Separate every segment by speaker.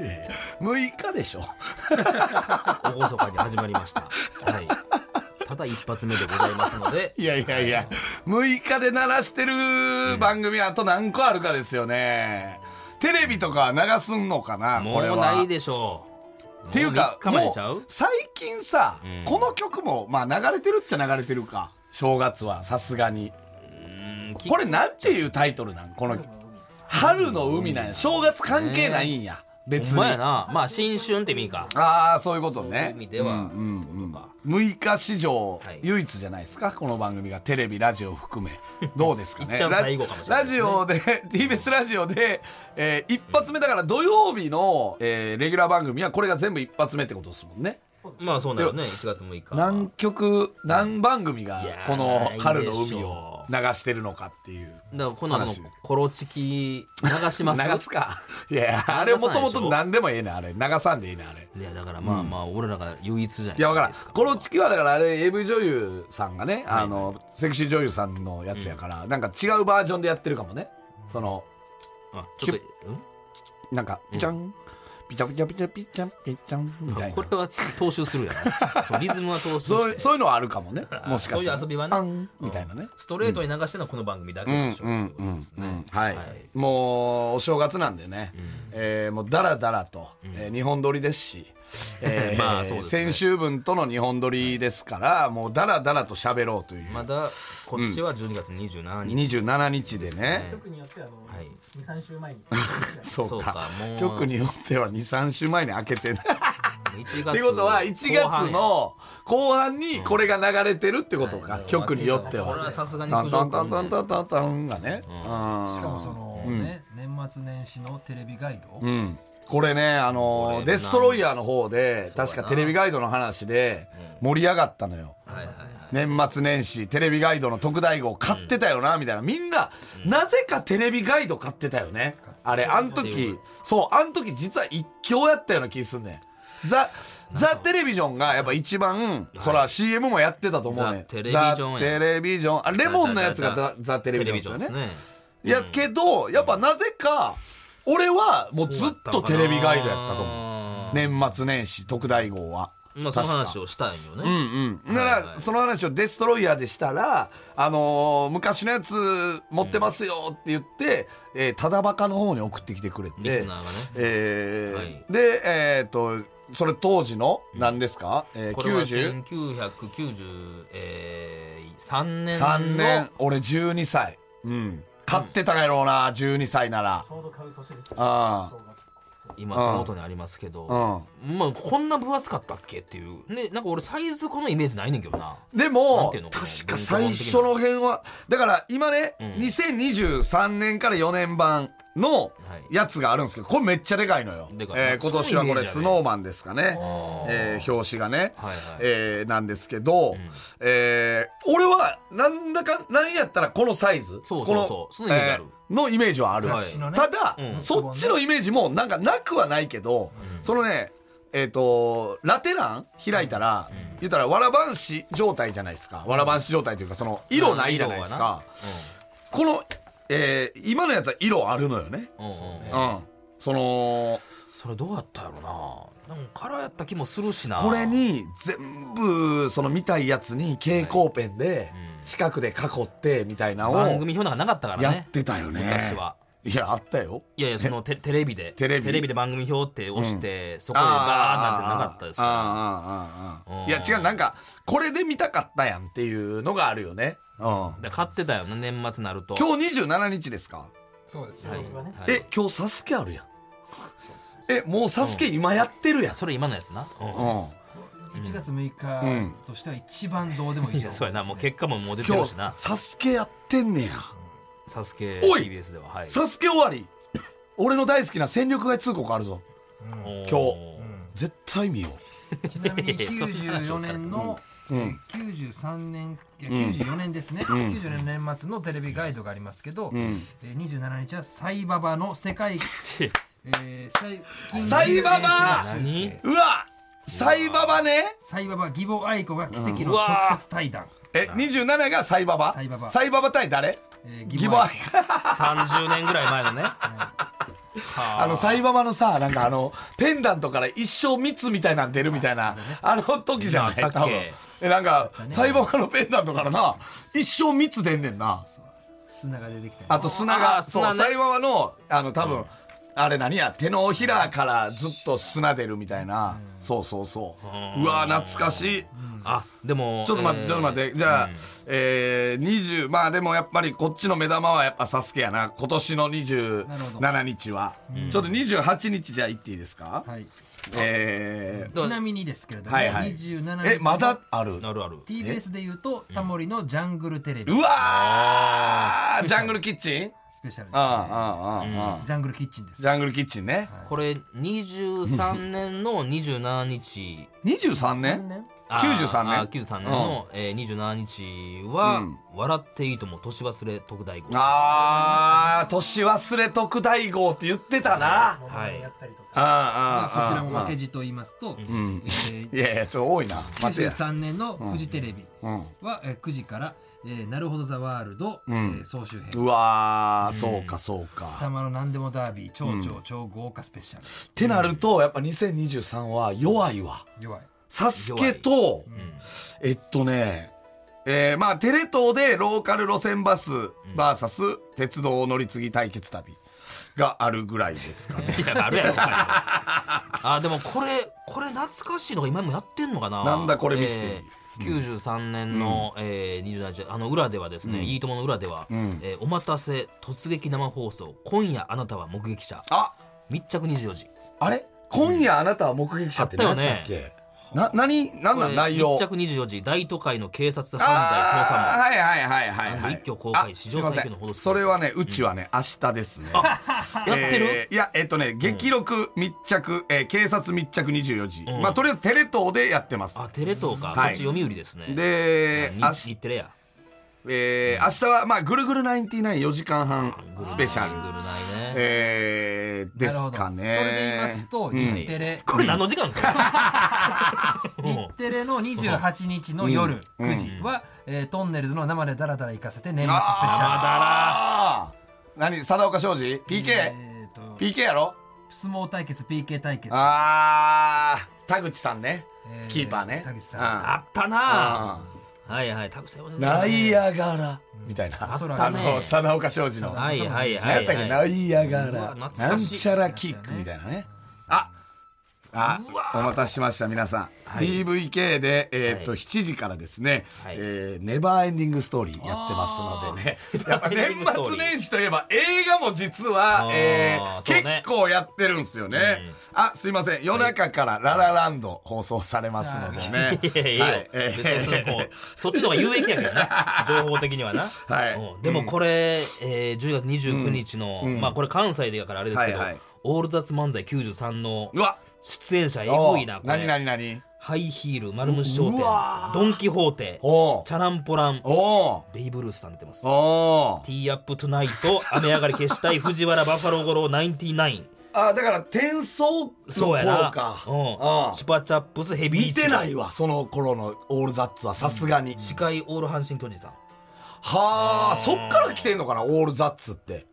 Speaker 1: え6日でしょ
Speaker 2: おごそかに始まりました。はい。ただ一発目でございますので。
Speaker 1: いやいやいや、6日で鳴らしてる番組あと何個あるかですよね。テレビとか流すのかな
Speaker 2: も
Speaker 1: これは。
Speaker 2: うないでしょう。
Speaker 1: っていうか、
Speaker 2: もう3日までちゃ
Speaker 1: もう
Speaker 2: う
Speaker 1: 最近さ、
Speaker 2: うん
Speaker 1: この曲も、まあ流れてるっちゃ流れてるか。正月は、さすがに。
Speaker 2: うんき
Speaker 1: これなんていうタイトルなんこの、春の海なんや。正月関係ないんや。別
Speaker 2: ほんまや
Speaker 1: に。
Speaker 2: な。まあ、新春って意味か。
Speaker 1: ああ、そういうこと
Speaker 2: そうい
Speaker 1: ね
Speaker 2: う意。味では
Speaker 1: うんうんうん、6日史上
Speaker 2: はい
Speaker 1: 唯一じゃないですか、この番組がテレビラジオ含めどうですかね
Speaker 2: 一番最後かもしれない
Speaker 1: ラ
Speaker 2: で
Speaker 1: ジ
Speaker 2: すね
Speaker 1: オで TBS ラジオで、えー一発目だから土曜日の、えーレギュラー番組はこれが全部一発目ってことですもんね
Speaker 2: まあ、そうなのね。1月6日。
Speaker 1: 何曲何番組が
Speaker 2: いやー
Speaker 1: この春の
Speaker 2: いいでし
Speaker 1: 海を
Speaker 2: ょ
Speaker 1: 流してるのかっていう
Speaker 2: だからこのあの
Speaker 1: 話
Speaker 2: コロチキ流します
Speaker 1: 流すかいやいやあれ
Speaker 2: 流
Speaker 1: も
Speaker 2: さないで
Speaker 1: と
Speaker 2: しょ
Speaker 1: もと何でもええねんあれ流さんでいいねんあれ
Speaker 2: いやだからまあまあ俺らが唯一じゃない
Speaker 1: いや、わからん
Speaker 2: です。か
Speaker 1: コロチキはだからあれ、AV 女優さんがね、あの、セクシー女優さんのやつやから、なんか違うバージョンでやってるかもね。その、
Speaker 2: あちょっとうん
Speaker 1: なんか、ピチャン、ピチャピチャピチャピチャピチャン、みたい
Speaker 2: こ
Speaker 1: な。
Speaker 2: れは踏襲するやなそうリズムは踏襲
Speaker 1: そ
Speaker 2: し
Speaker 1: う
Speaker 2: て
Speaker 1: そういうのはあるかもね。もしかしたら。
Speaker 2: そういう遊びはね
Speaker 1: あんみたいなね。
Speaker 2: ストレートに流してるのはこの番組だけでしょってことですね
Speaker 1: はい、
Speaker 2: はい
Speaker 1: もうお正月なんでね、えーもうだらだらと、えー日本撮りです し、えー
Speaker 2: まあそうですね
Speaker 1: 先週分との日本撮りですから、もうだらだらと喋ろうという、
Speaker 2: まだこっちは12月27日
Speaker 1: 27日でね
Speaker 3: 局によってはあの、
Speaker 2: はい
Speaker 3: 二三週前に
Speaker 1: そうか
Speaker 2: そうかもう
Speaker 1: 局によっては23週前に開けてない
Speaker 2: 1月
Speaker 1: ってことは1月の後半にこれが流れてるってことか、
Speaker 2: うん
Speaker 1: 局によっては
Speaker 2: これはさすがに
Speaker 1: タン
Speaker 2: 苦
Speaker 1: タ
Speaker 2: 情
Speaker 1: ンタンタン
Speaker 2: 来るね
Speaker 1: タンタンタンがね、うん
Speaker 3: しかもその、ね年末年始のテレビガイ
Speaker 1: う
Speaker 3: ド、
Speaker 1: んこれねあ
Speaker 2: こ
Speaker 1: の
Speaker 2: れな
Speaker 1: デストロイヤーの方で確かテレビガイドの話で盛り上がったのよ、
Speaker 2: はいはいはい
Speaker 1: 年末年始テレビガイドの特大号買ってたよなみたいなみんななぜかテレビガイド買ってたよねあれあん時そうあん時実は一強やったような気すんねんザ・ザ・テレビジョンがやっぱ一番そら CM もやってたと思うねん
Speaker 2: ザテレビジョンや
Speaker 1: ザテレビジョンあレモンのやつが
Speaker 2: ザ
Speaker 1: ザザ・テレビジョンですよね
Speaker 2: テレビジョンで
Speaker 1: いやけどやっぱなぜか俺はもうずっとテレビガイドやったと思う
Speaker 2: 思
Speaker 1: 年末年始特大号は。
Speaker 2: まあその
Speaker 1: 確か
Speaker 2: 話をしたいよね
Speaker 1: うんうん。な
Speaker 2: はいは
Speaker 1: ら、
Speaker 2: い
Speaker 1: その話をデストロイヤーでしたら、あのー昔のやつ持ってますよって言って、えーただバカの方に送ってきてくれて。
Speaker 2: リスナーがね
Speaker 1: えー
Speaker 2: はい
Speaker 1: で、えっ、と、それ当時の、何ですか、えー、
Speaker 2: これは
Speaker 1: 90?
Speaker 2: 1993年
Speaker 1: 3
Speaker 2: の
Speaker 1: 年、俺12歳。うん。買ってたやろうな、12歳なら。
Speaker 3: ちょうど買う年ですよ
Speaker 1: あ
Speaker 2: 今手元にありますけど、
Speaker 1: あ。
Speaker 2: まあこんな分厚かったっけっていうねなんか俺サイズこのイメージないねんけどな
Speaker 1: うん。で
Speaker 2: なん
Speaker 1: も、
Speaker 2: ていうの
Speaker 1: 確か最初の辺は、だから今ね、
Speaker 2: ん
Speaker 1: 2023年から4年版の、
Speaker 2: はい
Speaker 1: やつがあるんですけど、これめっちゃでかいのよ。え
Speaker 2: でかい
Speaker 1: ー今年はこれ、ス
Speaker 2: そういうイメージある
Speaker 1: ノーマンですかね。
Speaker 2: あー
Speaker 1: えー表紙がね。
Speaker 2: はいはい
Speaker 1: えーなんですけど、えー俺は、なんだか、なんやったらこのサイズ。
Speaker 2: そうそう
Speaker 1: こ
Speaker 2: そうそのイメージある
Speaker 1: えーのイメージはある。
Speaker 2: 雑誌
Speaker 3: のね
Speaker 1: ただ、
Speaker 2: うん
Speaker 1: そっちのイメージも、なんかなくはないけど、そのね、えっ、と、ラテ欄開いたら、言ったら、わらばんし状態じゃないですか。わらばんし状態というか、その、色ないじゃないですか。この、えー今のやつは色あるのよね。
Speaker 2: うんうんうん
Speaker 1: うん。その、
Speaker 2: それどうやったやろななんかカラーやった気もするしな
Speaker 1: これに全部、その見たいやつに蛍光ペンで、四角で囲って、みたいなの
Speaker 2: 番
Speaker 1: を
Speaker 2: 組表なんかなかったから
Speaker 1: や
Speaker 2: ね
Speaker 1: ってたよね。
Speaker 2: 昔はい
Speaker 1: や、あったよ。
Speaker 2: いやいやそのテテレビで
Speaker 1: テレビ
Speaker 2: で番組表って押して、そこでバーなんてなかったです
Speaker 1: あー
Speaker 2: よ
Speaker 1: あーあーあー
Speaker 2: うん
Speaker 1: いや、違う、なんか、これで見たかったやんっていうのがあるよね。うん。
Speaker 2: で買ってたよね年末なると
Speaker 1: 今日27日ですか
Speaker 3: そうです
Speaker 2: はい
Speaker 3: 僕はね、
Speaker 2: はい
Speaker 1: え、今日サスケあるやん。え、もうサスケ今やってるやん。
Speaker 2: それ今のやつな、うん
Speaker 1: うん。
Speaker 3: 1月6日としては一番どうでもいい
Speaker 2: い
Speaker 3: 情
Speaker 2: や
Speaker 3: 報
Speaker 2: そうやなもう結果ももう出て
Speaker 1: 今
Speaker 2: る
Speaker 1: 日
Speaker 2: しな、
Speaker 1: サスケやってんねや。
Speaker 2: サスケ
Speaker 1: おい
Speaker 2: TBS でははい
Speaker 1: サスケ終わり。俺の大好きな戦力外通告あるぞ。今
Speaker 2: 今
Speaker 1: 日絶対見よ
Speaker 3: ちなみに
Speaker 2: いやいやそんな話をさ
Speaker 3: 94
Speaker 2: れても
Speaker 3: 年の、えー93年いや94年ですね、94年年末のテレビガイドがありますけど、えー27日はサイババの世界、えー、最近
Speaker 1: サイババ
Speaker 3: 集
Speaker 2: 何
Speaker 1: う。うわサイババね
Speaker 3: サイババ義母愛子が奇跡
Speaker 2: う
Speaker 3: の
Speaker 2: わ
Speaker 3: 直接対談、
Speaker 1: え、27がサイババ
Speaker 3: サイババ
Speaker 1: 対誰
Speaker 3: えー
Speaker 1: ギ
Speaker 3: 義
Speaker 1: ボア
Speaker 3: 母
Speaker 1: イ
Speaker 3: 愛
Speaker 1: が
Speaker 2: 30年ぐらい前のね
Speaker 1: あの、サイババのさ、なんかあの、ペンダントから一生蜜みたいなん出るみたいな、あの時じゃない
Speaker 2: あった
Speaker 1: 多
Speaker 2: っ
Speaker 1: 分
Speaker 2: け。
Speaker 1: え、なんか、サイババのペンダントからな、一生蜜出んねんな。
Speaker 3: 砂が出てきたり
Speaker 1: あと砂が、
Speaker 2: あー
Speaker 1: そう、
Speaker 2: 砂ね
Speaker 1: サイババの、あの、多分、あれ何や、手のひらからずっと砂出るみたいな。そうそうそう。うわー、懐かしい。
Speaker 2: あでも
Speaker 1: ちょっと待っ
Speaker 2: え
Speaker 1: て、
Speaker 2: ー
Speaker 1: ちょっと待って。じゃあ、えー、20、まあでもやっぱりこっちの目玉はやっぱサスケやな。今年の27日は。ちょっと28日じゃあ行っていいですか、
Speaker 3: はい
Speaker 1: え
Speaker 2: どう
Speaker 3: ちなみにですけれども、
Speaker 1: はいはい
Speaker 3: 27日
Speaker 1: ー、え、まだある
Speaker 2: あるある
Speaker 3: TBS で言うとタモリのジャングルテレビ
Speaker 1: うわージャングルキッチン
Speaker 3: スペシャルですね
Speaker 1: ああ、ああ、ああ。
Speaker 3: ジャングルキッチンです
Speaker 1: ジャングルキッチンね。
Speaker 2: これ23年の27日
Speaker 1: 23年
Speaker 2: あー
Speaker 1: ?93 年
Speaker 2: あー93年の、えー、27日は、笑っていいとも年忘れ特大号」
Speaker 1: あー、年忘れ特大号って言ってたな。
Speaker 2: はい
Speaker 1: ああ、ああ。
Speaker 3: こちらも負け
Speaker 1: じ。
Speaker 3: じと言いますと、えー
Speaker 1: いやいや、ちょっと多いな。待てや。
Speaker 3: 93年のフジテレビは、えー9時から、えーなるほどザワールド」えー総集編
Speaker 1: うわー、そうかそう
Speaker 3: 「
Speaker 1: か。っ
Speaker 3: 様の何でもダービー」超超超豪華スペシャル、
Speaker 1: てなると、やっぱ2023は弱いわ。
Speaker 3: 弱い
Speaker 1: サスケと、えっとね、えー、まあ、テレ東でローカル路線バス VS 鉄道乗り継ぎ対決旅があるぐらいですかね。
Speaker 2: いやあるやろお前 あでもこれこれ懐かしいのが今もやってんのかな
Speaker 1: なんだこれミステリー
Speaker 2: えー93年の、えー、27日あの裏ではですね、いいともの裏では、えーお待たせ突撃生放送今夜あなたは目撃者
Speaker 1: あ、
Speaker 2: 密着24時
Speaker 1: あれ今夜あなたは目撃者って何
Speaker 2: あったよ
Speaker 1: だ
Speaker 2: ね
Speaker 1: っけな、何なんなん内容
Speaker 2: 密着24時大都会の警察犯罪捜査
Speaker 1: あ
Speaker 2: 網
Speaker 1: あーはいはいはいはい、
Speaker 2: あ
Speaker 1: は
Speaker 2: の
Speaker 1: い、
Speaker 2: 一挙公開
Speaker 1: あ
Speaker 2: 史上
Speaker 1: すいま
Speaker 2: 最強の
Speaker 1: せん
Speaker 2: 報道
Speaker 1: それはねうちはね、明日ですね
Speaker 2: やってる、
Speaker 1: えーいやえっとね激録密着、えー警察密着24時、まあとりあえずテレ東でやってます
Speaker 2: あテレ東か、
Speaker 1: はい
Speaker 2: こっち読売ですね
Speaker 1: で
Speaker 2: に
Speaker 1: 明日,、
Speaker 2: 日テレや
Speaker 1: えー明日は、まあ「ぐるぐる994時間半スペシャ
Speaker 2: ぐる
Speaker 1: ル」
Speaker 2: ないね、
Speaker 1: えー、で
Speaker 3: なるほ
Speaker 1: す
Speaker 3: ど
Speaker 1: か
Speaker 3: そ
Speaker 1: ね
Speaker 3: れで言いますと日テレ、
Speaker 2: これ何の時間で すかもう
Speaker 3: 日テレの28日の夜9時は、えートンネルズの生でダラダラ行かせて年末スペシャ
Speaker 1: あー何貞岡庄司 PK?、
Speaker 3: ルえーと
Speaker 1: PK やろ
Speaker 3: 相撲対決 PK 対決
Speaker 1: あー田口さんね、
Speaker 3: えー
Speaker 1: キーパーね
Speaker 3: 田口さん
Speaker 1: うん
Speaker 2: あったなあはいはいたくさん忘れてた
Speaker 1: ナ
Speaker 2: ね
Speaker 1: イアガラみたいな。
Speaker 2: あ
Speaker 1: あ
Speaker 2: った
Speaker 3: ね
Speaker 1: の、貞岡庄司の。
Speaker 2: はいは
Speaker 1: 何
Speaker 2: い
Speaker 1: や
Speaker 2: は
Speaker 1: っ
Speaker 2: い
Speaker 1: たっ
Speaker 2: は
Speaker 1: け
Speaker 2: い
Speaker 1: ナイアガ
Speaker 2: うわ
Speaker 1: ラ。な
Speaker 2: 懐か
Speaker 1: ん
Speaker 2: しい
Speaker 1: ちゃらキックみたいなね。あ、あ、お待たせしました、皆さん。TVK で、えーっと、
Speaker 2: は
Speaker 1: 7時からですね
Speaker 2: はい、
Speaker 1: えーネバーエンディングストーリーやってますのでね。 やっぱ年末年始といえば映画も実は
Speaker 2: あ、ー
Speaker 1: え
Speaker 2: そう
Speaker 1: ー
Speaker 2: ね
Speaker 1: 結構やってるんですよね。あ、すいません。夜中からララランド放送されますのでね。
Speaker 2: いやいやいいよ、
Speaker 1: えー
Speaker 2: 別にそれこうそっちの方が有益やけ どな情報的にはな、
Speaker 1: はい
Speaker 2: うんでもこれ、えー、10月29日の、まあこれ関西でやからあれですけど、
Speaker 1: はいはい
Speaker 2: オール雑漫才93の
Speaker 1: うわ
Speaker 2: 出演者え
Speaker 1: お
Speaker 2: ぐいなこれ
Speaker 1: 何何何
Speaker 2: ハイヒール丸虫商店
Speaker 1: うわ
Speaker 2: ドン・キホーテ
Speaker 1: おう
Speaker 2: チャランポラン
Speaker 1: お
Speaker 2: ベイブルースさん出てます
Speaker 1: おお
Speaker 2: ティーアップトゥナイト 雨上がり消したい藤原バファローゴロー99
Speaker 1: あだから転送の
Speaker 2: そうや
Speaker 1: 頃
Speaker 2: な
Speaker 1: か
Speaker 2: うん、チュパチャップスヘ
Speaker 1: うん
Speaker 2: ビー
Speaker 1: 見てないいわその頃のオールザッツはさすがに
Speaker 2: 司会オール阪神巨人さん
Speaker 1: はあそっから来てんのかなオールザッツって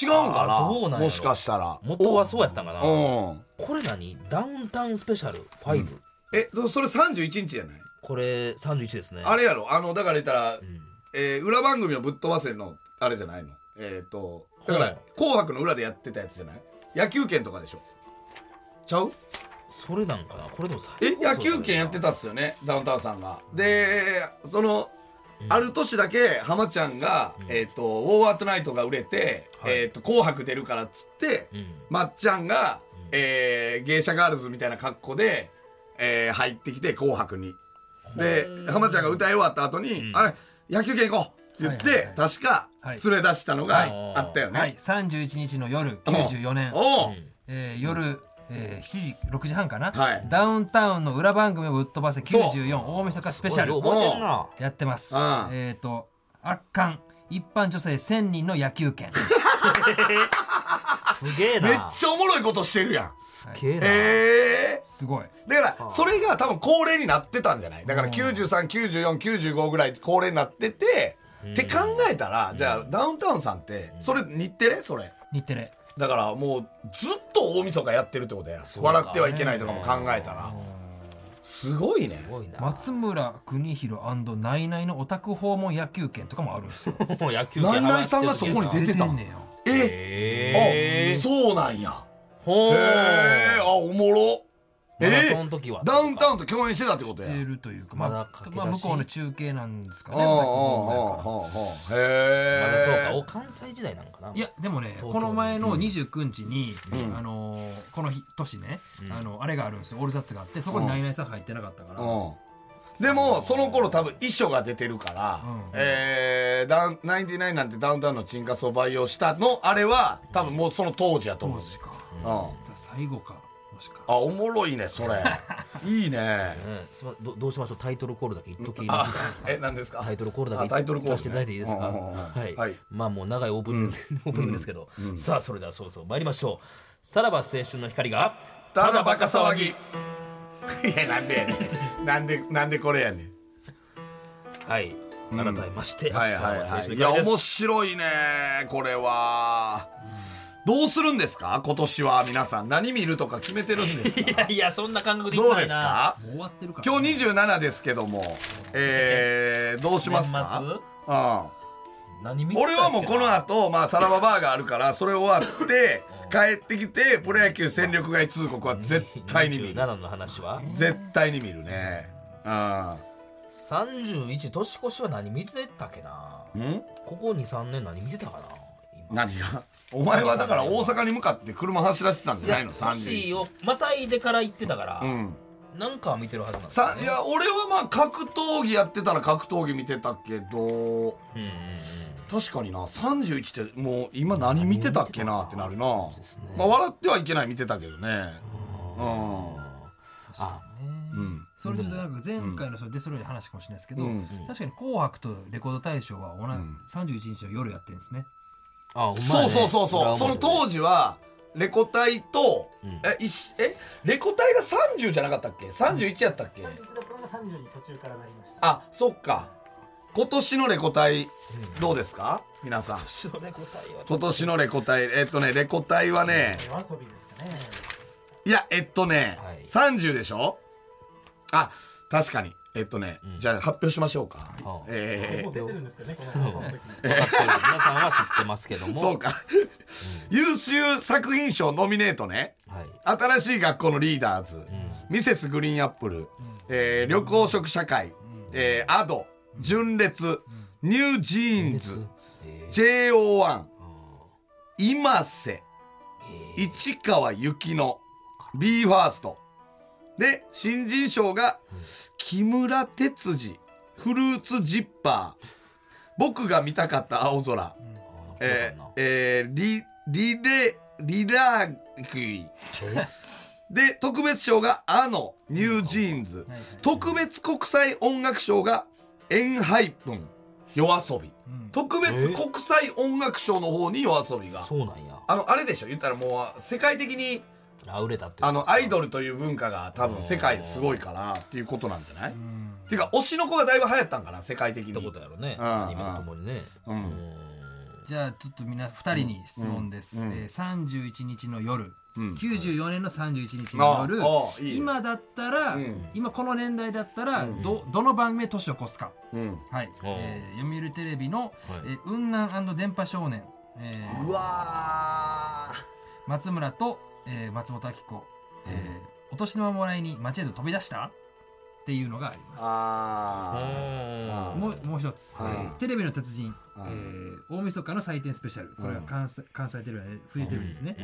Speaker 1: 違うんか
Speaker 2: あーどうなんや
Speaker 1: な
Speaker 2: ろ
Speaker 1: もしかしたら
Speaker 2: 元はそうやったんかな
Speaker 1: うん
Speaker 2: これ何ダウンタウンスペシャル5、
Speaker 1: えどそれ31日じゃない
Speaker 2: これ31ですね
Speaker 1: あれやろあのだから言ったらえー裏番組をぶっ飛ばせのあれじゃないのえっとだか
Speaker 2: は
Speaker 1: ら
Speaker 2: い
Speaker 1: 「紅白」の裏でやってたやつじゃない野球券とかでしょちゃう
Speaker 2: それなんかなこれでも
Speaker 1: え
Speaker 2: 最高
Speaker 1: 野球券やってたっすよねダウンタウンさんがでその、ある年だけ浜ちゃんが、えー、とウォーワートナイトが売れて「
Speaker 2: はい
Speaker 1: えー、と紅白」出るからっつって、
Speaker 2: ん
Speaker 1: まっちゃんが、えー、芸者ガールズみたいな格好で、えー入ってきて「紅白に」で浜ちゃんが歌い終わった後に「あれ野球券行こう」って言って、
Speaker 3: はいはいはい
Speaker 1: 確か
Speaker 3: はい
Speaker 1: 連れ出したのがあったよね、
Speaker 3: はい、31日の夜94年、
Speaker 1: おう
Speaker 3: えー夜、えー7時6時半かな、
Speaker 1: はい
Speaker 3: ダウンタウンの裏番組をぶっ飛ばせ
Speaker 1: そう
Speaker 3: 94大晦日スペシャル
Speaker 2: おい覚えて んな
Speaker 3: やってます
Speaker 1: ああ
Speaker 3: えっ、と圧巻一般女性1000人の野球券
Speaker 2: すげえな
Speaker 1: めっちゃおもろいことしてるやん
Speaker 2: すげえな、
Speaker 1: ええー、
Speaker 3: すごい
Speaker 1: だから、それが多分恒例になってたんじゃないだから93、94、95ぐらい恒例になってて、って考えたら、じゃあダウンタウンさんって、それ日テレそれ。
Speaker 3: 日テレ
Speaker 1: だからもうずっと大晦日やってるってことや、笑ってはいけないとかも考えたらすごいね
Speaker 2: すごいな。
Speaker 3: 松村邦弘ナイナイのオタク訪問野球券とかもあるんですよ。
Speaker 2: もう野球
Speaker 1: ナイナイさんがそこに出てた
Speaker 3: んねんよ。
Speaker 1: え
Speaker 2: え
Speaker 1: あそうなんや
Speaker 2: ほう
Speaker 1: へえあおもろ
Speaker 2: まだ
Speaker 1: え
Speaker 2: その時は
Speaker 1: ダウンタウンと共演してたってことや
Speaker 3: 出るというか、
Speaker 2: ま
Speaker 3: ま
Speaker 2: だ
Speaker 3: あ
Speaker 2: 駆け、出し
Speaker 3: まあ向こうの中継なんですか
Speaker 1: あ
Speaker 3: ね。
Speaker 1: あああ
Speaker 3: オタク訪問やか
Speaker 1: ああへ
Speaker 2: ま
Speaker 1: え
Speaker 2: だそうかお関西時代なのかな
Speaker 3: らいやでもね
Speaker 2: 京
Speaker 3: この前の29日に、あのーこの日年ね、あのあれがあるんですよオールザッツがあってそこにナイナイさん入ってなかったから、
Speaker 1: うん、でもその頃多分遺書が出てるから、
Speaker 3: うん
Speaker 1: えー、ダウン99なんてダウンタウンの沈活を培養したのあれは多分もうその当時やと思う、
Speaker 3: 当
Speaker 1: うん
Speaker 3: 時か、
Speaker 1: あ
Speaker 3: 最後かもしか
Speaker 1: おもろいねそ れいいね
Speaker 2: うんすまどどうしましょうタイトルコールだけ言っとき
Speaker 1: あ
Speaker 2: ます
Speaker 1: え何ですか
Speaker 2: タイトルコールだけ
Speaker 1: あタイトルコール、ね、
Speaker 2: 言っていただいていいですか、
Speaker 1: うんうんうん
Speaker 2: はい、
Speaker 1: はい
Speaker 2: まあもう長いオープニング、 オープニングですけど、さあそれではそうそう参りましょうさらば青春の光が
Speaker 1: ただバカ騒ぎ いやなんでやねんなんでなんでこれやねん
Speaker 2: はい改めまして、
Speaker 1: はいはい
Speaker 2: さらば青
Speaker 1: は
Speaker 2: 春
Speaker 1: い
Speaker 2: の
Speaker 1: いや
Speaker 2: 光です
Speaker 1: 面白いねこれはどうするんですか今年は皆さん何見るとか決めてるんですか
Speaker 2: いやいやそんな感覚でいい
Speaker 1: ど
Speaker 2: ん
Speaker 1: う
Speaker 2: な
Speaker 1: で
Speaker 2: い
Speaker 1: す
Speaker 2: な
Speaker 1: か
Speaker 3: もう終わってるから
Speaker 1: 今日27ですけども、えー、どうしますか
Speaker 2: 年末
Speaker 1: う
Speaker 2: 何見
Speaker 1: ん、俺はもうこの
Speaker 2: 後
Speaker 1: 後、まあ、サラババーがあるからそれ終わって 帰ってきてプロ野球戦力外通告は絶対に見る
Speaker 2: 27の話は
Speaker 1: 絶対に見るね
Speaker 2: 31年越しは何見てたっけな
Speaker 1: うんん
Speaker 2: ここ23年何見てたかな今
Speaker 1: 何がお前はだから大阪に向かって車走らせてたんじゃないの
Speaker 2: 年
Speaker 1: 30
Speaker 2: をまたいでから行ってたから、
Speaker 1: うん
Speaker 2: なんかは見てるはずなんですよ
Speaker 1: さいや俺はまあ格闘技やってたら格闘技見てたけど
Speaker 2: うんうんうん
Speaker 1: 確かにな31ってもう今何見てたっけなってなるな、
Speaker 2: すね
Speaker 1: まあ、笑ってはいけない見てたけどねうん
Speaker 2: あ
Speaker 1: うん
Speaker 3: それでなんか前回のそれでそれより話かもしれないですけど、
Speaker 1: うん
Speaker 3: 確かに「紅白」と「レコード大賞」は同じ、31日の夜やってるんですね
Speaker 2: あほんまや
Speaker 1: そう
Speaker 2: ね
Speaker 1: そうそうそうその当時はレコ大と、
Speaker 2: ん
Speaker 1: えいしえレコ大が30じゃなかったっけ31やったっけ、
Speaker 4: 一度これも30に途中からなりました
Speaker 1: あそっか今年のレコ大どうですか皆さん
Speaker 2: それ答えは
Speaker 1: 今年のレコ大えっとねレコ大はね
Speaker 4: 夜遊びですかね
Speaker 1: いやえっとね、
Speaker 2: はい
Speaker 1: 30でしょあ確かにえっとね、じゃあ発表しましょうか、
Speaker 2: はい
Speaker 1: えー
Speaker 4: もう出てるんですかねこの放送の時に
Speaker 2: 分かってる皆さんは知ってますけども
Speaker 1: そうか。優秀作品賞ノミネートね。
Speaker 2: はい
Speaker 1: 新しい学校のリーダーズ、ミセスグリーンアップル、えー緑黄色社会、えーアド、純烈、ニュージーンズ、
Speaker 2: え
Speaker 1: JO1、今瀬、市川由紀乃、b ファーストで、新人賞が、木村哲司、フルーツジッパー、僕が見たかった青空、
Speaker 2: ー
Speaker 1: え
Speaker 2: な
Speaker 1: ー、えー、リ、リレ、リラークイ。で、特別賞があの、ニュージーンズ。特別国際音楽賞が、エンハイプン、夜遊び。特別国際音楽賞の方に夜遊びが。
Speaker 2: そうなんや
Speaker 1: あの、あれでしょ言ったらもう、世界的に、
Speaker 2: ラウレタって
Speaker 1: あの、アイ
Speaker 2: ル
Speaker 1: ドルという文化が多分世界すごいからっていうことなんじゃないっていうか、推しの子がだいぶ流行ったんかな、世界的に。
Speaker 2: ってことやろね
Speaker 1: うんうん
Speaker 2: アニメとともにね
Speaker 1: うん
Speaker 3: じゃあちょっとみんな2人に質問です、えー31日の夜、94年の31日の夜、
Speaker 1: ああいいね
Speaker 3: 今だったら、
Speaker 1: ん
Speaker 3: 今この年代だったら、どどの番組で年を越すか、
Speaker 1: うん。
Speaker 3: はい
Speaker 2: おう
Speaker 3: えー読売テレビの「えー雲南電波少年」えー
Speaker 1: うわー。
Speaker 3: 松村と、えー松本明子、えーお年玉もらいに街へと飛び出したっていうのがあります
Speaker 1: あー。
Speaker 2: あ
Speaker 3: もうもう一つ、えーテレビの鉄人、え
Speaker 1: ん
Speaker 3: ー大晦日の祭典スペシャルこれは関西関西テレビでフジテレビですね、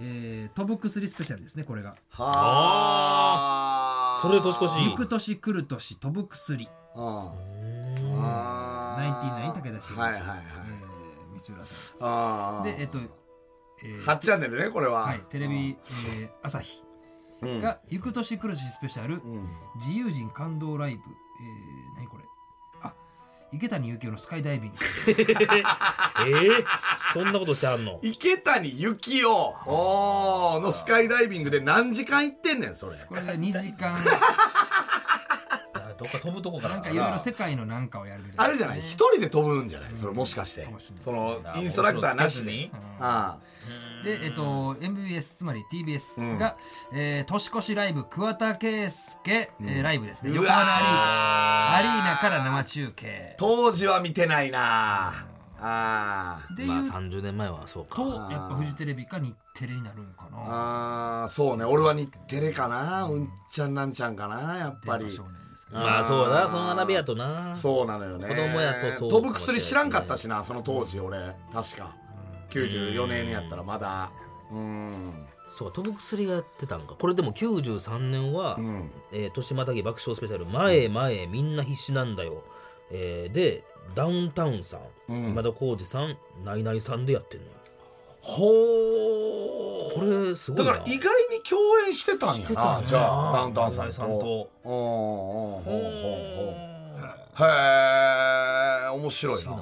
Speaker 3: えー飛ぶ薬スペシャルですねこれが
Speaker 1: はあ
Speaker 2: あそれで年越し
Speaker 3: 「行く年来る年飛ぶ薬
Speaker 1: あ」
Speaker 3: ナインティナイン武田真一、
Speaker 1: はいはいはい
Speaker 3: えー三浦さ
Speaker 1: あ
Speaker 3: ん
Speaker 1: あ
Speaker 3: でえっ、と、えー
Speaker 1: 8チャンネルねこれは
Speaker 3: はい、テレビ、えー朝日が「行く年来る年スペシャ
Speaker 1: う
Speaker 3: ル、
Speaker 1: ん
Speaker 3: 自由人感動ライブ」えー、何これあ池谷幸雄のスカイダイビング
Speaker 2: えーそんなことしてはんの
Speaker 1: 池谷幸雄おーのスカイダイビングで何時間行ってんねんそれ
Speaker 3: これが2時間
Speaker 2: あどっか飛ぶとこか
Speaker 3: な
Speaker 2: ら
Speaker 3: んかいろいろ世界のなんかをやるみたいな
Speaker 1: あれじゃない一人で飛ぶんじゃないそれもしかして
Speaker 3: かもしれない
Speaker 1: そのインストラクターなし
Speaker 2: つけず
Speaker 1: で
Speaker 2: に
Speaker 1: ああ
Speaker 3: で、えっと、MBS、つまり TBS が、えー年越しライブ、桑田佳祐、えーライブですね。
Speaker 1: うわー
Speaker 3: 横浜のアリーナ。アリーナから生中継。
Speaker 1: 当時は見てないなあー
Speaker 3: で
Speaker 2: まあ
Speaker 3: いう
Speaker 2: 30年前はそうか
Speaker 3: と、やっぱフジテレビか日テレになるんかな。
Speaker 1: あーそうね俺は日テレかなうんちゃんなんちゃんかなやっぱ
Speaker 3: 電波
Speaker 1: り
Speaker 3: 少年ですけど
Speaker 2: まあそうだなその並びやとな
Speaker 1: そうなのよね
Speaker 2: 子供やとそうかもしれないですね
Speaker 1: 飛ぶ薬知らんかったしなその当時俺確か94年やったらまだうん
Speaker 2: そうか飛ぶ薬がやってたんかこれでも93年は、
Speaker 1: ん
Speaker 2: えー年またぎ爆笑スペシャル「前へ前へみんな必死なんだよ」えーでダウンタウンさん、今田耕司さんナイナイさんでやってんのよ
Speaker 1: ほ
Speaker 2: こ
Speaker 1: う
Speaker 2: れすご
Speaker 1: だ
Speaker 2: い
Speaker 1: か
Speaker 2: な
Speaker 1: ら意外に共演してたんや
Speaker 2: してた
Speaker 1: な
Speaker 2: んやな
Speaker 1: じゃあダウンタウンさん
Speaker 2: ダウンタウンさんと
Speaker 1: とうんうんほうほうほうへえ面白いな
Speaker 2: 日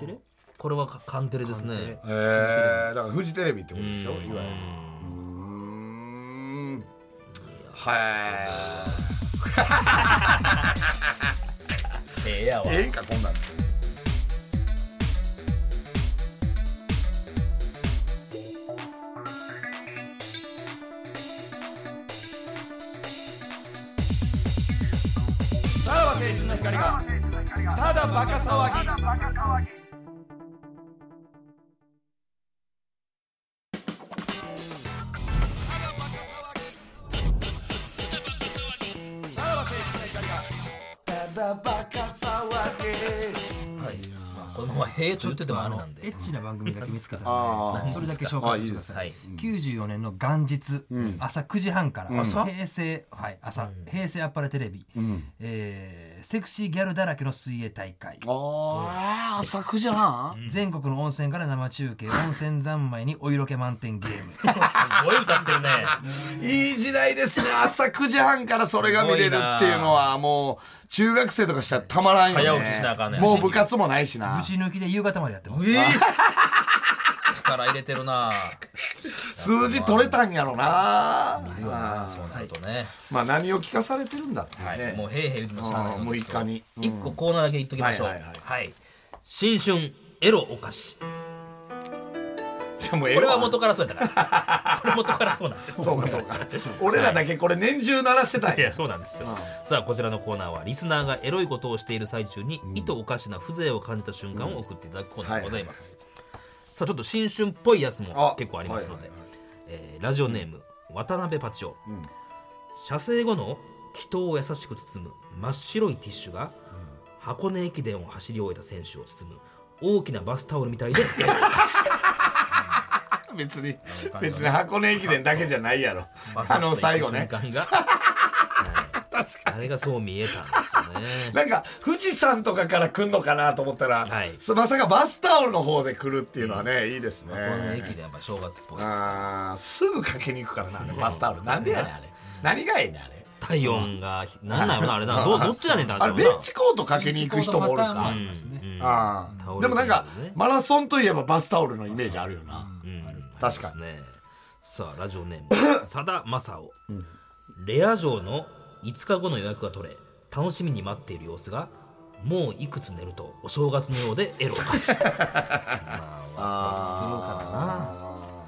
Speaker 2: テレこれはかカンテレですね
Speaker 1: へえだからフジテレビってことでしょいわゆるうーんはい
Speaker 2: ええやわ
Speaker 1: ええんかこんなんさらば青春の光がただバカ騒ぎ
Speaker 2: はいこのまま平ちょっと言ってもあれなんで
Speaker 3: エッチな番組だけ見つけた
Speaker 1: あ
Speaker 3: ん
Speaker 1: ー
Speaker 3: で、それだけ紹介してくださ
Speaker 2: あいい
Speaker 3: い
Speaker 2: で。
Speaker 3: 94年の元日、朝9時半から、平成、はい、朝、平成アッパレテレビ、えーセクシーギャルだらけの水泳大会。
Speaker 1: ああ浅くじゃん
Speaker 3: 全国の温泉から生中継、温泉三昧にお色気満点ゲー ム。
Speaker 2: すごい歌ってるね
Speaker 1: いい時代ですね朝9時半からそれが見れるっていうのはもう中学生とかしたらたまらんよね
Speaker 2: 早起きしなあかんね
Speaker 1: もう部活もないしな
Speaker 3: ぶち抜きで夕方までやってます。
Speaker 2: 力入れてるな
Speaker 1: 数字取れたんやろなあ
Speaker 2: そうなるとね
Speaker 1: ーまあ何を聞かされてるんだって
Speaker 2: はい
Speaker 1: ね
Speaker 2: もうへいへい言ってもしゃあない
Speaker 1: うんもう一回に
Speaker 2: 一個コーナーだけ言っときましょう
Speaker 1: は
Speaker 2: はいい
Speaker 1: はいはい
Speaker 2: 新春エロお菓子こ
Speaker 1: じゃあもうええわ
Speaker 2: れは元からそうやっ たからこれ元からそうなんです
Speaker 1: そうかそうか俺らだけこれ年中鳴らしてたん
Speaker 2: い
Speaker 1: や
Speaker 2: やそうなんですよ、さあこちらのコーナーはリスナーがエロいことをしている最中に、意図おかしな風情を感じた瞬間を送っていただくコーナーでございます、さあちょっと新春っぽいやつ
Speaker 1: あ
Speaker 2: も結構ありますの
Speaker 1: はい
Speaker 2: で、
Speaker 1: はい
Speaker 2: えーラジオネーム、渡辺パチオ、射精後の祈祷を優しく包む真っ白いティッシュが、箱根駅伝を走り終えた選手を包む大きなバスタオルみたいで
Speaker 1: 別に別に箱根駅伝だけじゃないやろ
Speaker 2: バサ
Speaker 1: あ
Speaker 2: ッと行
Speaker 1: の
Speaker 2: く
Speaker 1: 最後ね
Speaker 2: 瞬間が、はいあれがそう見えた んですよね
Speaker 1: なんか富士山とかから来んのかなと思ったら、
Speaker 2: はい
Speaker 1: すまさかバスタオルの方で来るっていうのはね、いいですね
Speaker 2: 箱根駅伝やっぱ正月っぽいです
Speaker 1: あーすぐかけに行くからなあれバスタオルなんでやねんあれ何がいいねんあれ
Speaker 2: 体温がなんなんやろなあれな どどっちやねんって話
Speaker 1: あ
Speaker 2: や
Speaker 1: れ
Speaker 2: もん
Speaker 1: ベ
Speaker 2: な
Speaker 1: ンチコートかけに行く人もおるか、
Speaker 3: ベンチコートパターンもありますね
Speaker 1: あ
Speaker 2: タオ
Speaker 1: ー
Speaker 2: ル
Speaker 1: でもなんか
Speaker 2: ね
Speaker 1: マラソンといえばバスタオルのイメージあるよな、確かに
Speaker 2: ねさあラジオネー ムさだまさおレア城の5日後の予約が取れ楽しみに待っている様子がもういくつ寝るとお正月のようでエロお かしいま
Speaker 1: あ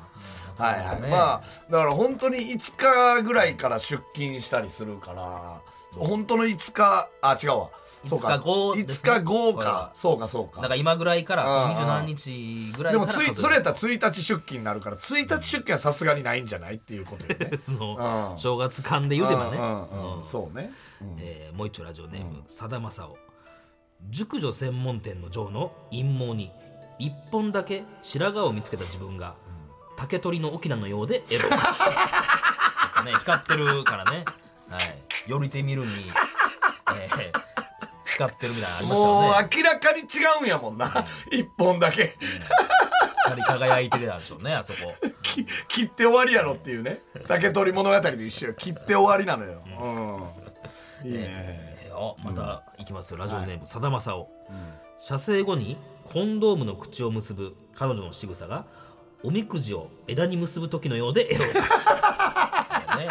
Speaker 1: ーはいはい、
Speaker 2: ね
Speaker 1: まあだから本当に5日ぐらいから出勤したりするから本当の5日あ違うわそうか
Speaker 2: 5日後ですね
Speaker 1: 5日後
Speaker 2: これは
Speaker 1: かそうかそう
Speaker 2: だか
Speaker 1: から
Speaker 2: 今ぐらいから
Speaker 1: あー
Speaker 2: 27日ぐらい
Speaker 1: で
Speaker 2: から
Speaker 1: もついそれやったら1日出勤になるから1日出勤はさすがにないんじゃないっていうことよね
Speaker 2: そ
Speaker 1: うん
Speaker 2: の正月間 で言うてばね
Speaker 1: うんうんうんそうね
Speaker 2: えーもう一丁ラジオネームさだまさお熟女専門店の嬢の陰謀に一本だけ白髪を見つけた自分が竹取の沖縄のようでエロいね光ってるからね、はい、よりてみるに、えー光ってるみたいなのありました
Speaker 1: もう
Speaker 2: よね
Speaker 1: 明らかに違うんやもんな一本だけ
Speaker 2: 光り輝いてたんでしょうねあそこ
Speaker 1: き切って終わりやろっていうね竹取物語と一緒よ切って終わりなのようんいいね
Speaker 2: えーあまた行きますよ、ラジオネームさだまさお射精後にコンドームの口を結ぶ彼女の仕草がおみくじを枝に結ぶ時のようでエロ いですね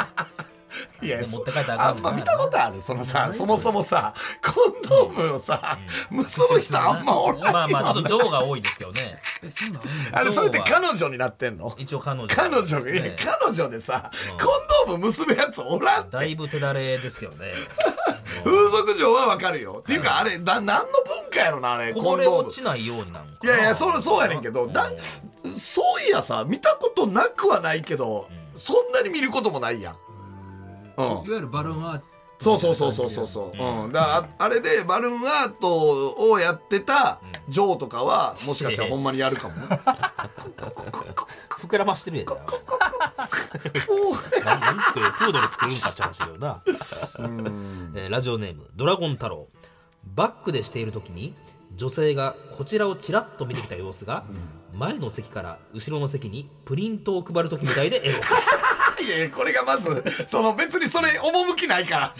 Speaker 1: いや
Speaker 2: 持
Speaker 1: そ
Speaker 2: って帰ったら
Speaker 1: あ
Speaker 2: あか
Speaker 1: ん
Speaker 2: ん
Speaker 1: ま見たことあるそのさそもそもさ コンドームをさ結ぶ人あんまおらん
Speaker 2: まあまあちょっと情が多いですけどね
Speaker 3: えそんなんあんの
Speaker 1: あれそれって彼女になってんの
Speaker 2: 一応彼女
Speaker 1: 彼女
Speaker 2: です
Speaker 1: に、
Speaker 2: ね
Speaker 1: 彼女でさ、
Speaker 2: うん
Speaker 1: コンドーム結ぶやつおらんって
Speaker 2: だいぶ手だれですけどね
Speaker 1: 風俗嬢はわかるよっていうかあれな何の文化やろなあれ
Speaker 2: こぼ
Speaker 1: コン
Speaker 2: れ
Speaker 1: ドー
Speaker 2: 落
Speaker 1: ム
Speaker 2: ちないようになんか
Speaker 1: い
Speaker 2: な
Speaker 1: やいやそうそうやねんけどだそういやさ見たことなくはないけど、そんなに見ることもないやんうん
Speaker 3: いわゆるバルーンアート
Speaker 1: そうそうそうそうそうそう、うんだからああれでバルーンアートをやってたジョーとかはもしかしたらほんまにやるかもね
Speaker 2: 膨らましてるやんな
Speaker 1: もうん
Speaker 2: 作るプードル作るんかって話だけどな、えーラジオネームドラゴン太郎バックでしている時に女性がこちらをちらっと見てきた様子が、前の席から後ろの席にプリントを配る時みたいでエロで
Speaker 1: いやいやこれがまずその別にそれ趣ないか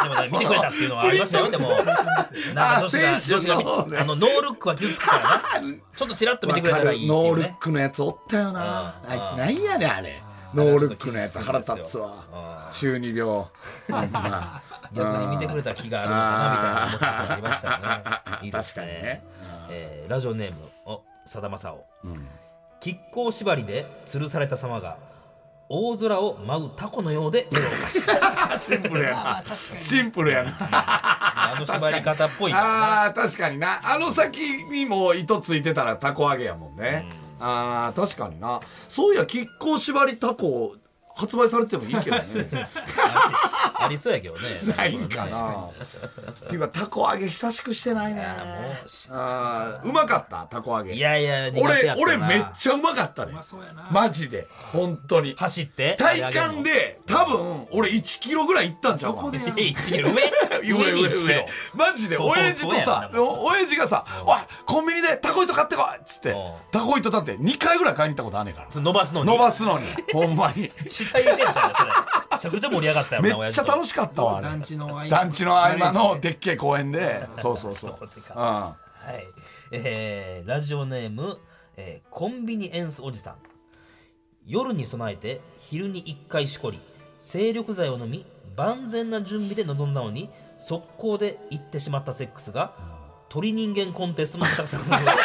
Speaker 1: ら
Speaker 2: もね見てくれたっていうのはありましたよでもなんか女子が
Speaker 1: あ青春の
Speaker 2: 女子が見
Speaker 1: ね
Speaker 2: あのノールックは傷つくからなちょっとちらっと見てくれたらいいって
Speaker 1: ノ
Speaker 2: い
Speaker 1: ー
Speaker 2: う
Speaker 1: ルッ
Speaker 2: ね
Speaker 1: クのやつおったよな
Speaker 2: うん
Speaker 1: あなんやねんあれノールックのやつ腹立つわ
Speaker 2: う
Speaker 1: 中二病ほんま
Speaker 2: 逆に見てくれた気があるのかなみたいな思ったことありましたよね。いいです
Speaker 1: 確かにね
Speaker 2: ね。えーラジオネームおさだまさお。亀甲縛りで吊るされた様が大空を舞うタコのようでエロお かしい。
Speaker 1: シンプルやなシンプルやな
Speaker 2: あの縛り方っぽいから
Speaker 1: あー確かになあの先にも糸ついてたらタコ揚げやもんねあー確かになそういや亀甲縛りタコ発売されてもいいけどね
Speaker 2: なありそうやけどね。
Speaker 1: ないんかなっていうかタコ揚げ久しくしてないねあーうまかったタコ揚げ
Speaker 2: いやいや苦手
Speaker 1: 俺
Speaker 2: やったな
Speaker 1: 俺めっちゃうまかったね
Speaker 3: そうやな
Speaker 1: マジで本当に
Speaker 2: 走って
Speaker 1: 体感。で多分俺1キロぐらいいったんちゃうかな
Speaker 3: こでや
Speaker 2: え一キロ 上上に1キロ。
Speaker 1: マジで
Speaker 2: そう
Speaker 1: 親父とさ
Speaker 2: そうやんな
Speaker 1: お親父がさ「おいコンビニでタコ糸買ってこい」っつって
Speaker 2: うん
Speaker 1: タコ糸だって2回ぐらい買いに行ったことあんねんから
Speaker 2: それ伸ばすのに。
Speaker 1: 伸 ばすのにほんまに
Speaker 2: 時代出たなそれ。めちゃくちゃ盛り上がったよ
Speaker 1: め
Speaker 2: な
Speaker 1: っ
Speaker 2: 親
Speaker 1: ち
Speaker 2: 父
Speaker 1: ゃ
Speaker 2: と
Speaker 1: 楽しかったわあ
Speaker 3: 団
Speaker 1: れ
Speaker 3: 地の合間
Speaker 1: 団地の合間のでっけえ公園でそうそうそう
Speaker 2: そこで買っ
Speaker 1: うん
Speaker 2: はい、えーラジオネーム、えーコンビニエンスおじさん夜に備えて昼に1回しこり精力剤を飲み万全な準備で臨んだのに速攻で行ってしまったセックスが鳥人間コンテストの戦い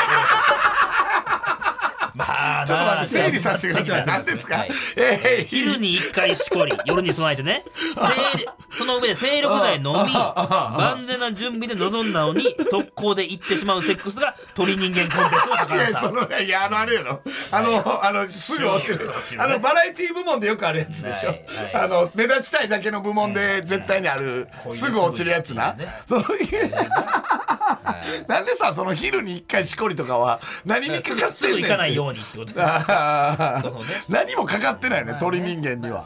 Speaker 2: まあ
Speaker 1: ちょっと
Speaker 2: な
Speaker 1: 待って整理させてください何ですか
Speaker 2: はい
Speaker 1: えー
Speaker 2: 昼に1回し こり夜に備えてね精力その上で精力剤飲み万全な準備で臨んだのに速攻で行ってしまうセックスが鳥人間コンテストの高
Speaker 1: い
Speaker 2: 野
Speaker 1: や、
Speaker 2: さ
Speaker 1: そ
Speaker 2: ん
Speaker 1: の、いや、あの、あれやろ。あの、あの、すぐ落ちる
Speaker 2: 落ち。るね
Speaker 1: あの、バラエティ部門でよくあるやつでしょ
Speaker 2: はい。はい
Speaker 1: あの、目立ちたいだけの部門で絶対にある、
Speaker 2: こういう
Speaker 1: すぐ落ちるやつな
Speaker 2: すぐ。
Speaker 1: その、なんでさ、その昼に一回しこりとかは、何にかかって
Speaker 2: す
Speaker 1: んねん
Speaker 2: ぐ
Speaker 1: っ
Speaker 2: 行
Speaker 1: て。
Speaker 2: かないようにってことです
Speaker 1: あ
Speaker 2: そのね
Speaker 1: ー何もかかってないよね、鳥人間には。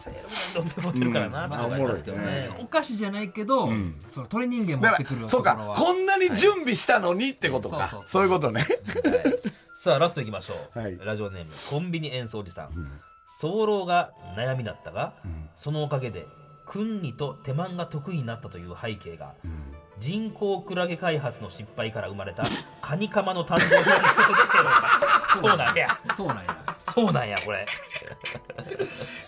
Speaker 2: 飲んで持ってるからなって思いますけどね
Speaker 3: お菓子じゃないけど、その鳥人間持
Speaker 1: だ
Speaker 3: っ
Speaker 1: か
Speaker 3: てく
Speaker 1: ら、
Speaker 3: ると
Speaker 1: そう
Speaker 3: ころ
Speaker 1: か
Speaker 3: は、
Speaker 1: こんなに準備したのにってこと
Speaker 3: はい
Speaker 1: か
Speaker 3: そう。そう
Speaker 1: そういうことね。
Speaker 2: はいさあラストいきましょう、
Speaker 1: はい
Speaker 2: ラジオネームコンビニ演奏おじさん早漏が悩みだったが、そのおかげで訓にと手間が得意になったという背景が、人工クラゲ開発の失敗から生まれたカニカマの誕生日という ことでそうなんや
Speaker 3: そうなんや
Speaker 2: そうなんやこれ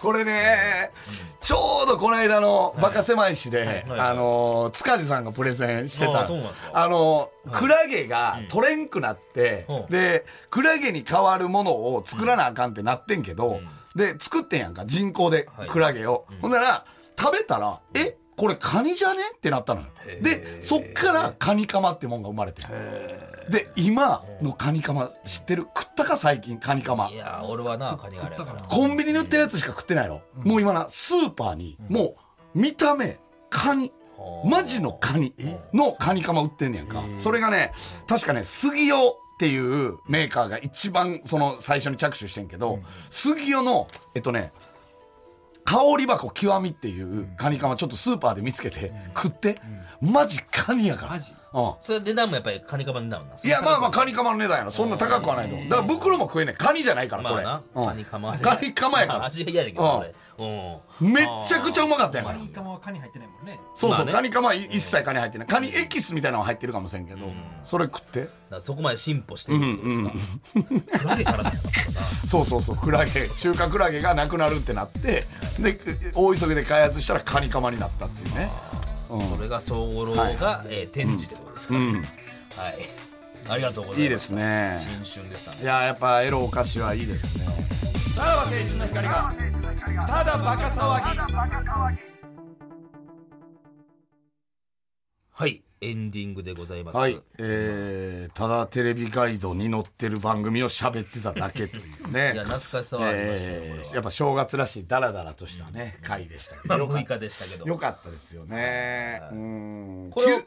Speaker 1: これね、ちょうどこの間のバカ狭い市で、
Speaker 2: はい
Speaker 1: あのー、塚地さんがプレゼンしてた。
Speaker 2: あそうなんですか
Speaker 1: あのー、クラゲが取れんくなって、
Speaker 2: うん
Speaker 1: で、クラゲに代わるものを作らなあかんってなってんけど、
Speaker 2: ん
Speaker 1: で、作ってんやんか、人工で
Speaker 2: はい
Speaker 1: クラゲを。ほんなら、食べたら、えこれカニじゃねってなったのよ。で、そっからカニカマってもんが生まれてる。で、今のカニカマ知ってる食ったか最近カニカマ
Speaker 2: い。やー俺はなカニがあれやから
Speaker 1: コンビニに売ってるやつしか食ってないの、もう今なスーパーにもう見た目カニマジのカニのカニカマ売ってんねやんかそれがね確かね杉尾っていうメーカーが一番その最初に着手してんけど、杉尾のえっとね香り箱極みっていうカニカマちょっとスーパーで見つけて食って、マジカニやから
Speaker 3: マジ
Speaker 1: うん
Speaker 2: それ値段もやっぱりカニカマの値段なんです
Speaker 1: いやまあまあカニカマの値段やなそんな高くはないのだから袋も食えねえカニじゃないからこ
Speaker 2: まあ
Speaker 1: れ、
Speaker 2: な、
Speaker 1: うん
Speaker 2: カニカマ
Speaker 1: カニカマやから、
Speaker 2: まあ味は嫌やけどこれ、うん
Speaker 1: めっちゃくちゃうまかったやんか
Speaker 3: カ
Speaker 1: ら
Speaker 3: ニカマはカニ入ってないもんね
Speaker 1: そうそう、
Speaker 2: まあね
Speaker 1: カニカマい一切カニ入ってないカニエキスみたいなのは入ってるかもしれんけど、それ食って
Speaker 2: だからそこまで進歩してるってことですか、クラゲからだよ
Speaker 1: そうそうそうクラゲ中華クラゲがなくなるってなってで大急ぎで開発したらカニカマになったっていうね
Speaker 2: それが総五郎が、えー、転じてってことですか、はいありがとうございます
Speaker 1: いいですね
Speaker 2: 新春でしたね
Speaker 1: いややっぱエロお菓子はいいですねさらば青春の光がただバカ騒ぎ
Speaker 2: はいエンディングでございます、
Speaker 1: はい、えー、ただテレビガイドに載ってる番組を喋ってただけというね。
Speaker 2: いや懐かしさはありましたよこ
Speaker 1: え
Speaker 2: れは
Speaker 1: ーやっぱ正月らしいダラダラとしたね、回でしたけ
Speaker 2: ま
Speaker 1: ど
Speaker 2: あ
Speaker 1: よか
Speaker 2: 6
Speaker 1: っ
Speaker 2: 日でしたけど
Speaker 1: た。よかったですよね。うん。
Speaker 2: これを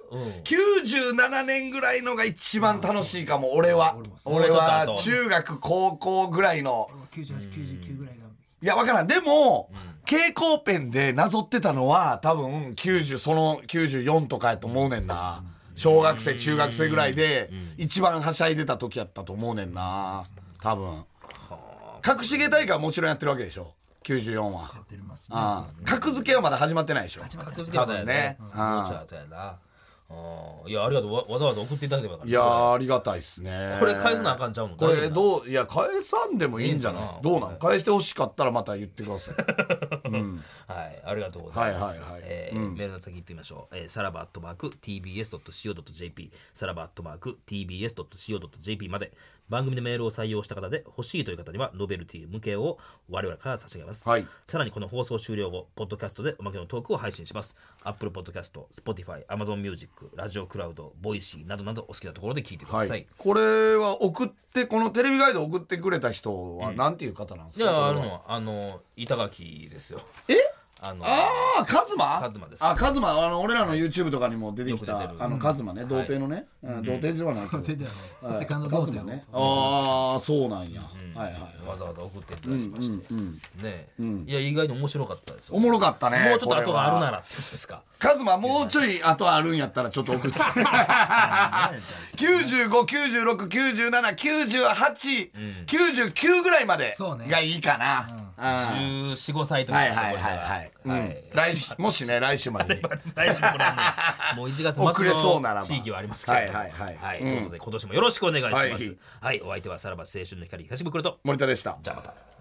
Speaker 1: きゅ97年ぐらいのが一番楽しいかも、俺は。俺
Speaker 2: 俺もそうもうちょっと
Speaker 1: は
Speaker 2: 後
Speaker 1: 中学、高校ぐらいの。
Speaker 3: 9899ぐらいが
Speaker 1: いや、わからん。でも、蛍光ペンでなぞってたのは、多分、90、その94とかやと思うねんな。小学生、中学生ぐらいで、一番はしゃいでた時やったと思うねんな。多分。隠し芸大会はもちろんやってるわけでしょ。94は。
Speaker 3: やってますね
Speaker 1: ああ。格付けはまだ始まってないでしょ。
Speaker 2: 格付けはだよね
Speaker 1: 多分ね
Speaker 2: うんもうちょっとやなうんいやありがとうわわざわざ送っていただけばよかっ
Speaker 1: い
Speaker 2: た
Speaker 1: やー、ありがたいっすね。
Speaker 2: これ返さなあかんちゃうの
Speaker 1: これどういや返さんでもいいんじゃないですか
Speaker 2: いいんか
Speaker 1: どうなの返してほしかったらまた言ってください
Speaker 2: はい、ありがとうございます。
Speaker 1: はいはいはい
Speaker 2: えーメールの先行ってみましょう。えーさらばアットマーク tbs.co.jp さらばアットマーク tbs.co.jp まで番組でメールを採用した方で欲しいという方にはノベルティ向けを我々から差し上げます。
Speaker 1: はい
Speaker 2: さらにこの放送終了後、ポッドキャストでおまけのトークを配信します。Apple Podcast、Spotify、Amazon Music、ラジオクラウド、ボイシーなどなどお好きなところで聞いてください。
Speaker 1: はいこれは送ってこのテレビガイド送ってくれた人はなんていう方なんです
Speaker 2: じ
Speaker 1: か、これ
Speaker 2: ゃあ、あ
Speaker 1: は
Speaker 2: の、あの、板垣ですよ。
Speaker 1: え
Speaker 2: あの、
Speaker 1: ああカズマ
Speaker 2: カズマです
Speaker 1: あカズマあの俺らの YouTube とかにも出てきた
Speaker 2: よく出てる
Speaker 1: あのカズマね童貞のね、うん童貞じゃないけ
Speaker 3: 手
Speaker 1: ど
Speaker 3: であのセカンド
Speaker 1: カ
Speaker 3: 童
Speaker 1: ズマ
Speaker 3: 貞
Speaker 1: ね
Speaker 3: ね
Speaker 1: ああそうなんや、はいはい
Speaker 2: わざわざ送っていただきまして、ねえ、いや意外に面白かったですよ
Speaker 1: おもろかったね
Speaker 2: もうちょっと後があるな
Speaker 1: ら
Speaker 2: らってことですか
Speaker 1: カズマもうちょい後あるんやったらちょっと送って9596979899ぐらいまで
Speaker 3: そうね
Speaker 1: がいいかなうん
Speaker 2: 1415歳とか
Speaker 1: はい
Speaker 2: ですよ
Speaker 1: はいはいはいうん来週もしね来週までに
Speaker 2: 来週これねもう1月末
Speaker 1: 遅れそうなら
Speaker 2: の
Speaker 1: ば
Speaker 2: 地域はありますけれども
Speaker 1: はいはいはい
Speaker 2: ということで今年もよろしくお願いします
Speaker 1: はい
Speaker 2: はいお相手はさらば青春の光東袋と
Speaker 1: 森田でした
Speaker 2: じゃあまた